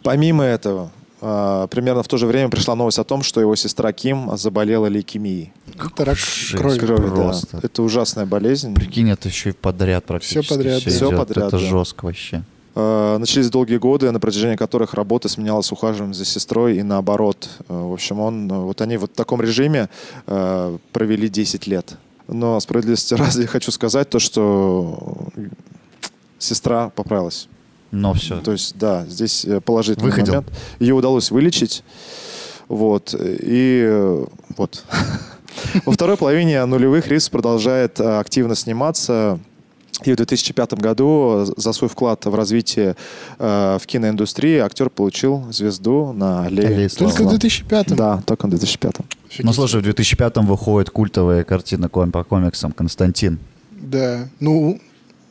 Помимо этого, э, примерно в то же время пришла новость о том, что его сестра Ким заболела лейкемией.
Это рак
Жесть.
крови.
Крови, да.
Просто.
Это ужасная болезнь.
Прикинь, это еще и подряд практически.
подряд,
всё
да.
Всё
идёт.
подряд,
Это
да.
жестко вообще.
Э, Начались долгие годы, на протяжении которых работа сменялась ухаживанием за сестрой и наоборот. Э, В общем, он, э, вот они вот в таком режиме э, провели 10 лет. Но справедливости [LAUGHS] ради я хочу сказать то, что э, сестра поправилась.
Но все.
То есть, да, здесь э, положительный
Выходил.
момент. Ее удалось вылечить. Вот. И э, вот. [LAUGHS] Во второй половине нулевых Ривз продолжает э, активно сниматься. И в 2005 году э, за свой вклад в развитие э, в киноиндустрии актер получил звезду на
Аллее
Аллее
славы.
Только в 2005
Да, только в 2005
Ну, слушай, в 2005-м выходит культовая картина ком- по комиксам «Константин».
Да, ну,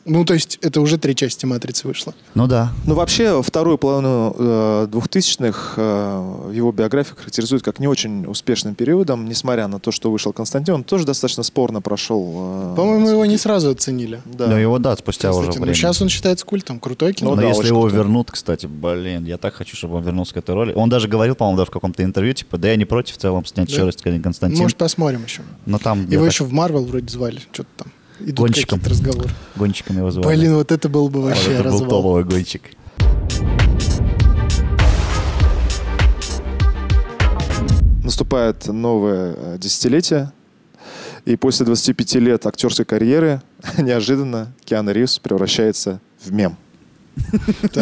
ну, то есть это уже три части «Матрицы» вышло.
Ну да.
Ну, вообще, вторую половину э, 2000-х э, его биография характеризует как не очень успешным периодом, несмотря на то, что вышел Константин. Он тоже достаточно спорно
А,
прошел. э,
По-моему, его не сразу оценили.
Да.
Но Ну, его, да, спустя уже
Константин. Ну,
время.
сейчас он считается культом, крутой кино.
Ну,
Но
да,
если
очень
его
круто.
вернут, кстати, блин, я так хочу, чтобы он вернулся к этой роли. Он даже говорил, по-моему, даже в каком-то интервью, типа, да я не против в целом снять
Да.
еще раз Константин.
Может, посмотрим еще.
Но там я
его
так,
еще в Марвел вроде звали, что-то там. Идут
Гонщиком.
какие-то разговоры.
гонщиком его звали. А,
Блин, вот это был бы
Вот
вообще
это был
развал.
топовый гонщик.
[LAUGHS] Наступает новое э, десятилетие, и после 25 лет актерской карьеры [LAUGHS] неожиданно Киану Ривз превращается
[LAUGHS]
в мем.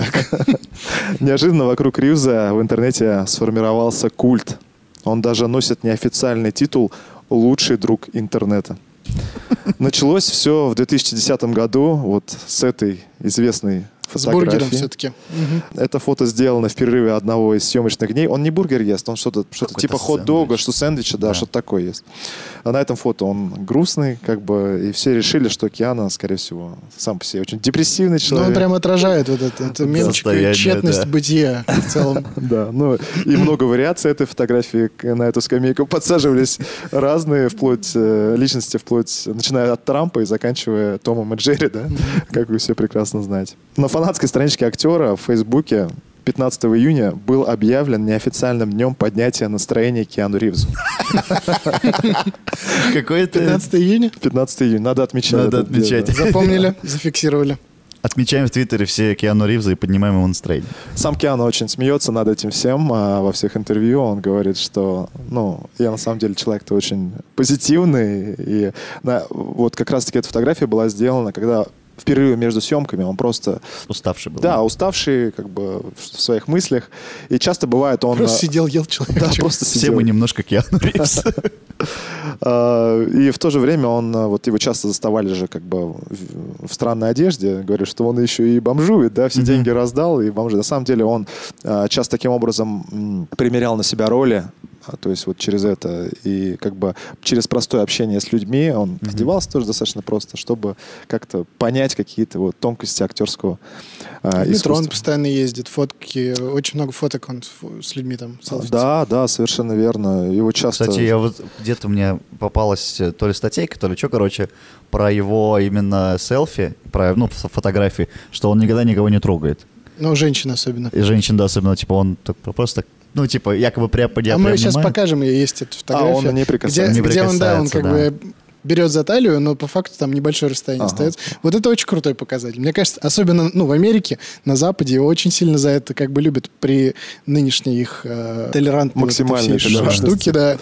[LAUGHS] Неожиданно вокруг Ривза в интернете
[LAUGHS]
сформировался культ. Он даже носит неофициальный титул «Лучший друг интернета». Началось все в 2010 году вот с этой известной
С бургером Ну,
фотографии.
все-таки.
Это фото сделано в перерыве одного из съемочных дней. Он не бургер ест, он что-то что
Какой-то
типа хот-дога,
сэндвич.
что сэндвича, да,
Да.
что-то такое есть. А на этом фото он грустный, как бы, и все решили, что Киана, скорее всего, сам по себе очень депрессивный
Но
человек.
Ну, он прям отражает вот это, это мелочь,
Состояние,
тщетность
да.
бытия в целом.
[LAUGHS]
Да, ну и много вариаций этой фотографии. К- На эту скамейку подсаживались разные, вплоть э, личности, вплоть, начиная от Трампа и заканчивая Томом и Джерри, да, как вы все прекрасно знаете. На фанатской страничке актера в Фейсбуке 15 июня был объявлен неофициальным днем поднятия настроения Киану Ривзу. [LAUGHS]
Какой-то...
15 июня.
15 июня, надо отмечать.
Надо
этот день,
отмечать.
да.
Запомнили, зафиксировали.
Отмечаем в Твиттере все Киану Ривза и поднимаем ему настроение.
Сам Киану очень смеется над этим всем. а, Во всех интервью он говорит, что, ну, я на самом деле человек-то очень позитивный. И на- вот как раз-таки эта фотография была сделана, когда в перерыве между съемками он просто,
Уставший был.
да, уставший, как бы в своих мыслях. И часто бывает он...
Просто
а,
сидел, ел
да,
человек.
просто
Все
сидел.
мы немножко
[LAUGHS]
Киану Ривз.
А, И в то же время он, а, вот его часто заставали же как бы в в странной одежде, говорят, что он еще и бомжует, да, все деньги раздал и бомжи. На самом деле он а, часто таким образом м, примерял на себя роли, а, то есть вот через это и как бы через простое общение с людьми он одевался тоже достаточно просто, чтобы как-то понять какие-то вот тонкости актерского а,
В метро он
искусства.
постоянно ездит, фотки, очень много фоток он с- с людьми там селфи.
А, Да, да, совершенно верно. Его часто...
Кстати, я вот где-то мне попалась э, то ли статейка, то ли что, короче, про его именно селфи, про ну, фо- фотографии, что он никогда никого не трогает.
Ну, женщин особенно.
И женщин, да, особенно, типа, он так просто, ну, типа, якобы пря, я
а мы
прям
сейчас
внимаю.
покажем, ей есть эта фотография.
А, он не прикасается.
Где,
Не
где он, да, он как
прикасается,
бы берет за талию, но по факту там небольшое расстояние
Ага.
остается. Вот это очень крутой показатель. Мне кажется, особенно ну, в Америке, на Западе его очень сильно за это как бы любят при нынешней их э, толерантной вот этой
Максимальной
всей
толерантности.
штуке, да.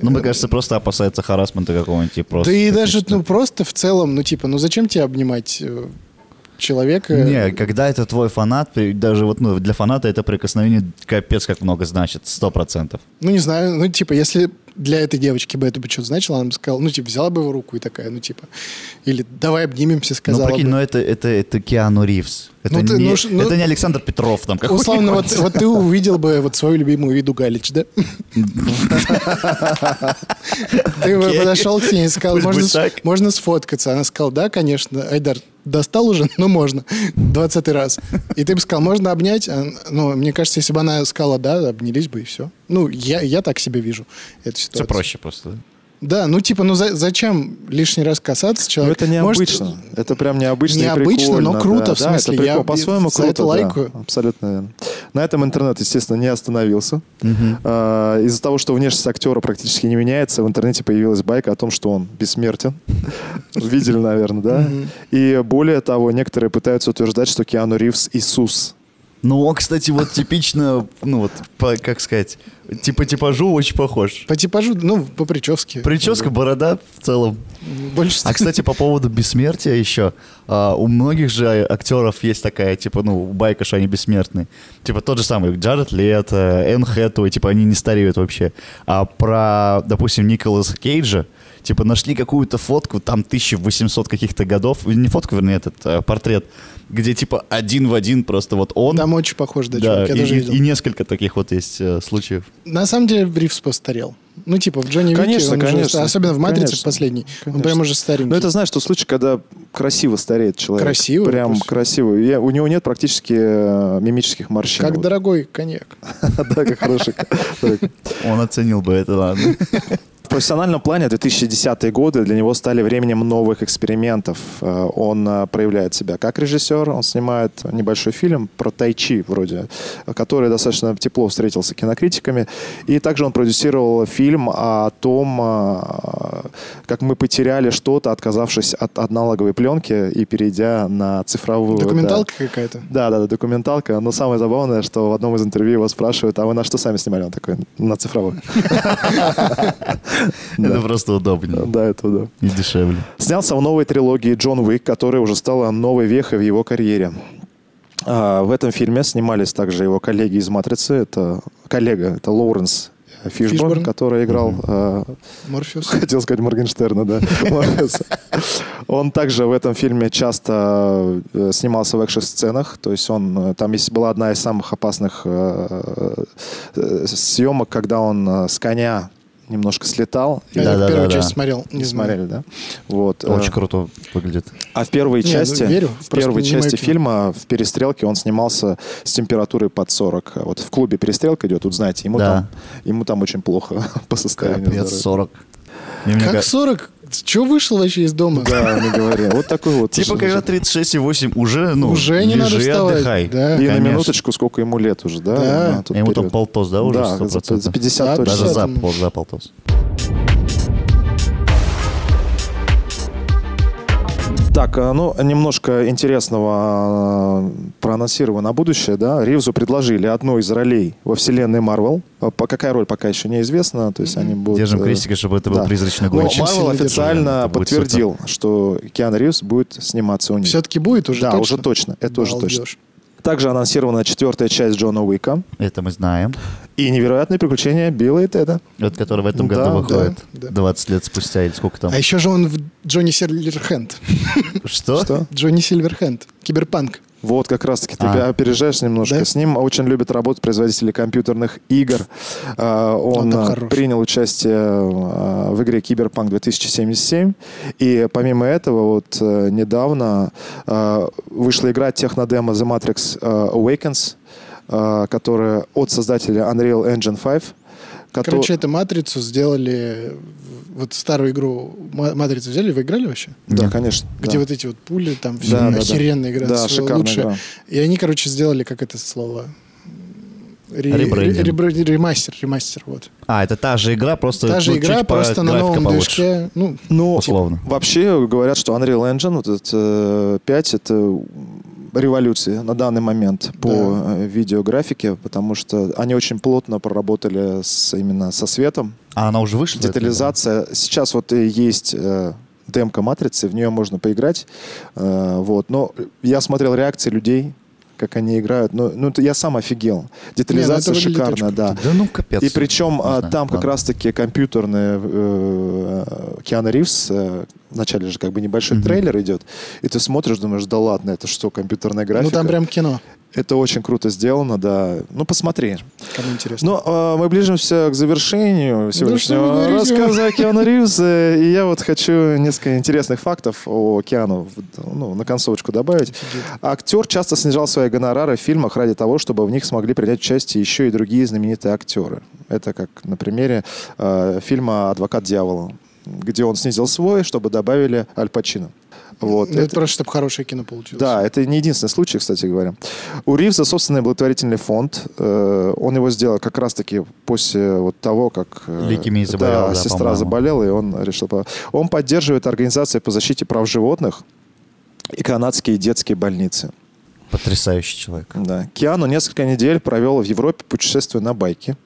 Ну, мне кажется, просто опасается харасмента какого-нибудь, и просто...
да и даже,
типа,
ну, просто в целом, ну, типа, ну, зачем тебе обнимать э, человека?
Не, когда это твой фанат, при- даже вот ну, для фаната это прикосновение капец как много значит, сто процентов.
Ну, не знаю, ну, типа, если для этой девочки бы это бы что-то значило, она бы сказала, ну, типа, взяла бы его руку и такая, ну, типа, или давай обнимемся,
Ну,
сказала
прикинь,
бы.
но это, это, это Киану Ривз. Это,
Ну, ты-
не,
ну, ш- ну-
это не Александр Петров там какой-нибудь.
Условно, вот, вот ты увидел бы вот свою любимую виду Галич, да? Ты бы
Окей.
подошел к ней и сказал,
Пусть
можно,
будет
с-
так.
можно сфоткаться. Она сказала, да, конечно. Айдар, достал уже? Ну, можно. Двадцатый раз. И ты бы сказал, можно обнять? А, Ну, мне кажется, если бы она сказала, да, обнялись бы и все. Ну, я, я так себе вижу эту
Все
ситуацию.
проще просто. да?
Да, ну, типа, ну, за- зачем лишний раз касаться
Ну,
человека?
это
Может,
необычно. это прям необычно. и
Необычно,
прикольно,
но круто,
да.
в
Да,
смысле,
это прикольно.
я
по-своему
за
круто.
это
да.
лайкаю.
Абсолютно верно. На этом интернет, естественно, не остановился. А, Из-за того, что внешность актера практически не меняется, в интернете появилась байка о том, что он
[LAUGHS]
бессмертен. Видели, наверное, да? И более того, некоторые пытаются утверждать, что Киану Ривз Иисус.
Ну, он, кстати, вот типично, ну вот, по- как сказать, типа типажу очень похож.
По типажу, ну, по прическе.
Прическа, борода в целом.
Больше
А, кстати, по поводу бессмертия еще. а, у многих же актеров есть такая, типа, ну, байка, что они бессмертны. Типа тот же самый Джаред Лето, Энн Хэтэуэй, типа, они не стареют вообще. А про, допустим, Николаса Кейджа, типа, нашли какую-то фотку, там 1800 каких-то годов, не фотку, вернее, этот а, портрет, где, типа, один в один просто вот
[LAUGHS]
он.
Там очень похож, да,
Да,
чувак, я
и,
тоже
и-
видел.
и несколько таких вот есть э, случаев.
На самом деле Ривз постарел. Ну, типа, в Джонни Вике
Конечно,
он уже
конечно.
ста- особенно в «Матрице»
Конечно,
последний, он
конечно.
прям уже старенький.
Но это, знаешь, тот случай, когда красиво стареет человек.
Красиво,
Прям
просто.
красиво. Я- у него нет практически э, мимических морщин.
Как
Вот.
дорогой коньяк.
[LAUGHS] Да, как
[LAUGHS]
хороший. Так.
Он оценил бы это, ладно.
В профессиональном плане 2010-е годы для него стали временем новых экспериментов. Э, Он э, проявляет себя как режиссер, он снимает небольшой фильм про тайчи вроде, который достаточно тепло встретился кинокритиками. И также он продюсировал фильм о том, э, как мы потеряли что-то, отказавшись от аналоговой пленки и перейдя на цифровую. да.
Документалка какая-то.
Да, да, да, документалка. Но самое забавное, что в одном из интервью его спрашивают, а вы на что сами снимали? Он такой, на цифровой.
Это просто удобнее
Да, это да.
и дешевле.
Снялся в новой трилогии Джон Уик, которая уже стала новой вехой в его карьере. А, В этом фильме снимались также его коллеги из «Матрицы». Это коллега, это Лоуренс Фишборн,
Фишборн.
который играл э,
Морфеус.
[LAUGHS] Хотел сказать Моргенштерна, да. Молодец. Он также в этом фильме часто э, снимался в экшн-сценах. То есть он, э, там есть, была одна из самых опасных э, э, съемок, когда он э, с коня немножко слетал.
Я
Да, да,
первую
да,
часть
да.
смотрел.
Не
Не знаю.
смотрели, да? Вот. э,
Очень круто выглядит.
А в первой
Не, ну,
части,
верю,
в
просто
первой
не
части
мое кино.
фильма в перестрелке он снимался с температурой под 40. Вот в клубе перестрелка идет, вот знаете, ему,
Да.
там, ему там очень плохо [LAUGHS] по состоянию.
Капец,
здоровья.
40. И мне га-
Как 40? Чего вышел вообще из дома?
Да, не говори. Вот такой вот.
Типа, когда 36,8 уже, ну,
Уже не надо
лежи и
вставать,
отдыхай.
да.
И на
Конечно.
минуточку, сколько ему лет уже, да?
Да.
Она тут
Ему там
период.
полтос, да, уже
Да, за
100%?
за 50
Да,
точно.
Даже за,
Поэтому-
пол- за полтос.
Так, э, ну, немножко интересного э, проанонсировано на будущее, да. Ривзу предложили одну из ролей во вселенной Марвел. Э, по- Какая роль пока еще неизвестна, то есть они будут...
Держим
э,
крестики, чтобы это был
да.
призрачный
Но
гонщик.
Марвел
сильно держим.
официально
Это будет
подтвердил, что Киану Ривз будет сниматься у них.
Все-таки будет уже
да,
точно?
уже точно. Это уже точно.
Балдеж.
Также анонсирована четвертая часть Джона Уика
Это мы знаем.
и невероятные приключения Билла и Теда.
Вот который в этом
Да,
году
да,
выходит.
да.
20 лет спустя или сколько там.
А еще же он в Джонни Сильверхенд.
Что?
Что?
Джонни Сильверхенд. Киберпанк.
Вот, как раз-таки ты
А.
опережаешь немножко.
Да?
С ним очень любят работать производители компьютерных игр. А,
Он
Он
там
а,
Ну, хорош.
принял участие а, в игре Киберпанк 2077. И помимо этого, вот э, недавно а, вышла игра технодемо The Matrix э, Awakens, а, которая от создателя Unreal Engine 5. кото-
Короче, это «Матрицу» сделали... Вот старую игру «Ма- «Матрицу» взяли, вы играли вообще?
Да,
Нет.
конечно.
Где
да.
вот эти вот пули, там все
Да, да, да.
охеренная игра.
Да,
это всё
шикарная
лучшее.
игра.
И они, короче, сделали, как это слово... Ре-
Ребрендинг.
ре- ребр- Ремастер, ремастер, вот.
А, это та же игра, просто
Та же
ну,
игра,
чуть по
просто на
графика
новом
получше.
движке. Ну,
Ну,
Условно.
Вообще говорят, что Unreal Engine вот этот, э, 5 это революция на данный момент по
Да.
э, видеографике, потому что они очень плотно проработали с, именно со светом.
А она уже вышла?
Детализация. Сейчас вот и есть э, демка матрицы, в нее можно поиграть. Э, вот. Но я смотрел реакции людей, как они играют. Ну, ну, это я сам офигел.
ну,
Детализация
выглядит очень
шикарная, да.
Да. да ну капец.
И причем
Не
а,
знаю,
там как
ладно.
раз-таки компьютерные э, Киану Ривз, э, вначале же как бы небольшой
Мгм.
трейлер идет, и ты смотришь, думаешь, да ладно, это что, компьютерная графика?
ну, там прям кино,
Это очень круто сделано, да. Ну, посмотри.
кому интересно. Ну,
Ну, а, мы ближимся к завершению
что вы
сегодняшнего
говорите?
рассказа о Киану Ривзе, и я вот хочу несколько интересных фактов о Киану в- ну, на концовочку добавить. Актер часто снижал свои гонорары в фильмах ради того, чтобы в них смогли принять участие еще и другие знаменитые актеры. Это как на примере э, фильма «Адвокат дьявола», где он снизил свой, чтобы добавили Аль Пачино. Вот.
Ну, это,
Это-
просто, чтобы хорошее кино получилось.
да, это не единственный случай, кстати говоря. У Ривза собственный благотворительный фонд. Э, Он его сделал как раз-таки после вот того, как... э,
Лейкемией заболел, да,
сестра
по-моему.
заболела, и он решил... по- Он поддерживает организации по защите прав животных и канадские детские больницы.
Потрясающий человек.
Да. Киану несколько недель провел в Европе путешествие на байке.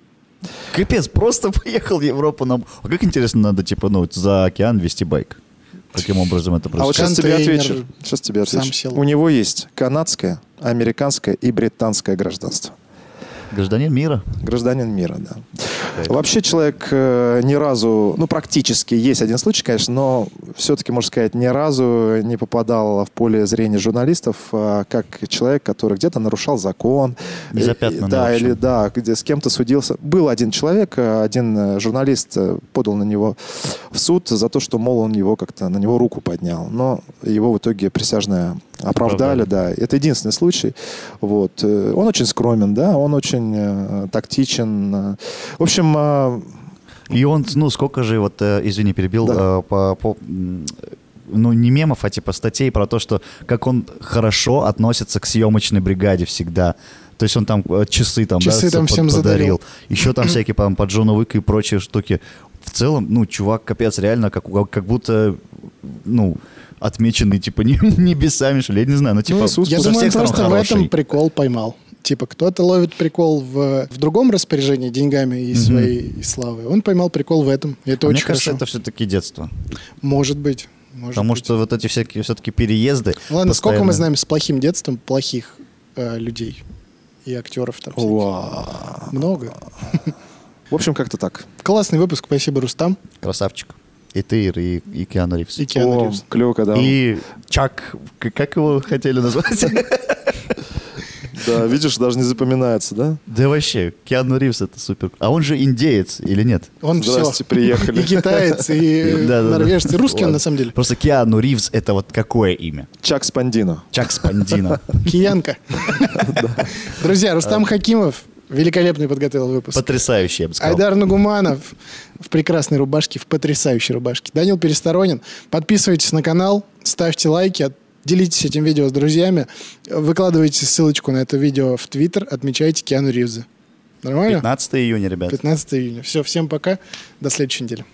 Капец, просто [LAUGHS] поехал в Европу нам. А как интересно, надо, типа, ну, за океан вести байк. Каким образом это
А вот
происходит?
сейчас тебе
Контейнер
отвечу. Сейчас тебе
сам
отвечу.
сел.
У него есть канадское, американское и британское гражданство.
Гражданин мира.
Гражданин мира, да. Вообще человек э, ни разу, ну практически есть один случай, конечно, но все-таки, можно сказать, ни разу не попадал в поле зрения журналистов э, как человек, который где-то нарушал закон.
Незапятнанный,
Э, Да,
в общем.
или да, где с кем-то судился. Был один человек, э, один э, журналист э, подал на него в суд за то, что, мол, он его как-то, на него руку поднял. Но его в итоге присяжные оправдали,
Оправдали.
да. Это единственный случай. Вот. Э, Он очень скромен, да, он очень э, тактичен. э. В общем, э,
И он, ну, сколько же, вот, э, извини, перебил,
Да.
э, по, по, м, ну, не мемов, а типа статей про то, что как он хорошо относится к съемочной бригаде всегда. То есть он там э, часы там, да,
Часы там
под-
всем задарил.
Еще там всякие, по по Джону Уику и прочие штуки. В целом, ну, чувак, капец, реально, как, у- как будто, ну, отмеченный, типа, [LAUGHS] не- небесами, что ли, я не знаю, ну, типа,
Иисус
Я
со
думаю, он
всех сторон
просто в
хороший.
этом прикол поймал. Типа, кто-то ловит прикол в, в другом распоряжении деньгами и своей и славы. Он поймал прикол в этом. И это
А Мне
очень
кажется,
хорошо.
это все-таки детство.
Может быть. Может
Потому
быть.
что вот эти всякие все-таки переезды.
Ну Ладно, сколько
постоянно-
мы знаем с плохим детством плохих э, людей и актеров там всяких?
ва,
Много.
В общем, как-то так.
Классный выпуск, спасибо, Рустам.
Красавчик. И ты, и, и Киану Ривз.
И Киану
О,
Ривз.
клево, когда он-
И Чак, к- как его хотели
[LAUGHS]
назвать?
Да, видишь, даже не запоминается, да?
Да вообще, Киану Ривз это супер. А он же индеец или нет?
Он
Здрасте,
все.
приехали.
И китаец, и
[LAUGHS] Да-да-да.
норвежец, и Э, русский он
Ладно.
на самом деле.
Просто Киану Ривз это вот какое имя?
Чак Спандино.
[LAUGHS]
Чак Спандино. [LAUGHS]
Киянка. Друзья, Рустам
А.
Хакимов великолепный подготовил выпуск.
Потрясающе, я бы сказал.
Айдар Нагуманов в прекрасной рубашке, в потрясающей рубашке. Данил Пересторонин. Подписывайтесь на канал, ставьте лайки, от- делитесь этим видео с друзьями, выкладывайте ссылочку на это видео в Твиттер, отмечайте Киану Ривза. Нормально?
15 июня, ребят.
15 июня. Все, всем пока. До следующей недели.